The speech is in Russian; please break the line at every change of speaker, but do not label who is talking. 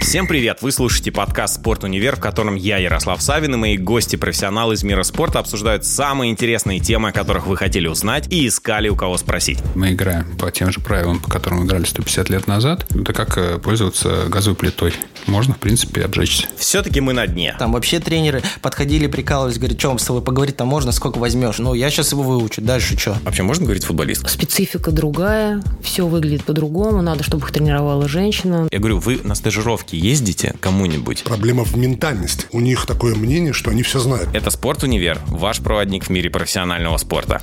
Всем привет! Вы слушаете подкаст «Спорт Универ», в котором я, Ярослав Савин, и мои гости-профессионалы из мира спорта обсуждают самые интересные темы, о которых вы хотели узнать и искали у кого спросить.
Мы играем по тем же правилам, по которым играли 150 лет назад. Это как э, пользоваться газовой плитой. Можно, в принципе, обжечься.
Все-таки мы на дне.
Там вообще тренеры подходили, прикалывались, говорят, что вам с тобой поговорить-то можно, сколько возьмешь? Ну, я сейчас его выучу, дальше что?
Вообще можно говорить футболист?
Специфика другая, все выглядит по-другому, надо, чтобы их тренировала женщина.
Я говорю, вы на стажировке ездите кому-нибудь?
Проблема в ментальности. У них такое мнение, что они все знают.
Это «Спорт Универ», ваш проводник в мире профессионального спорта.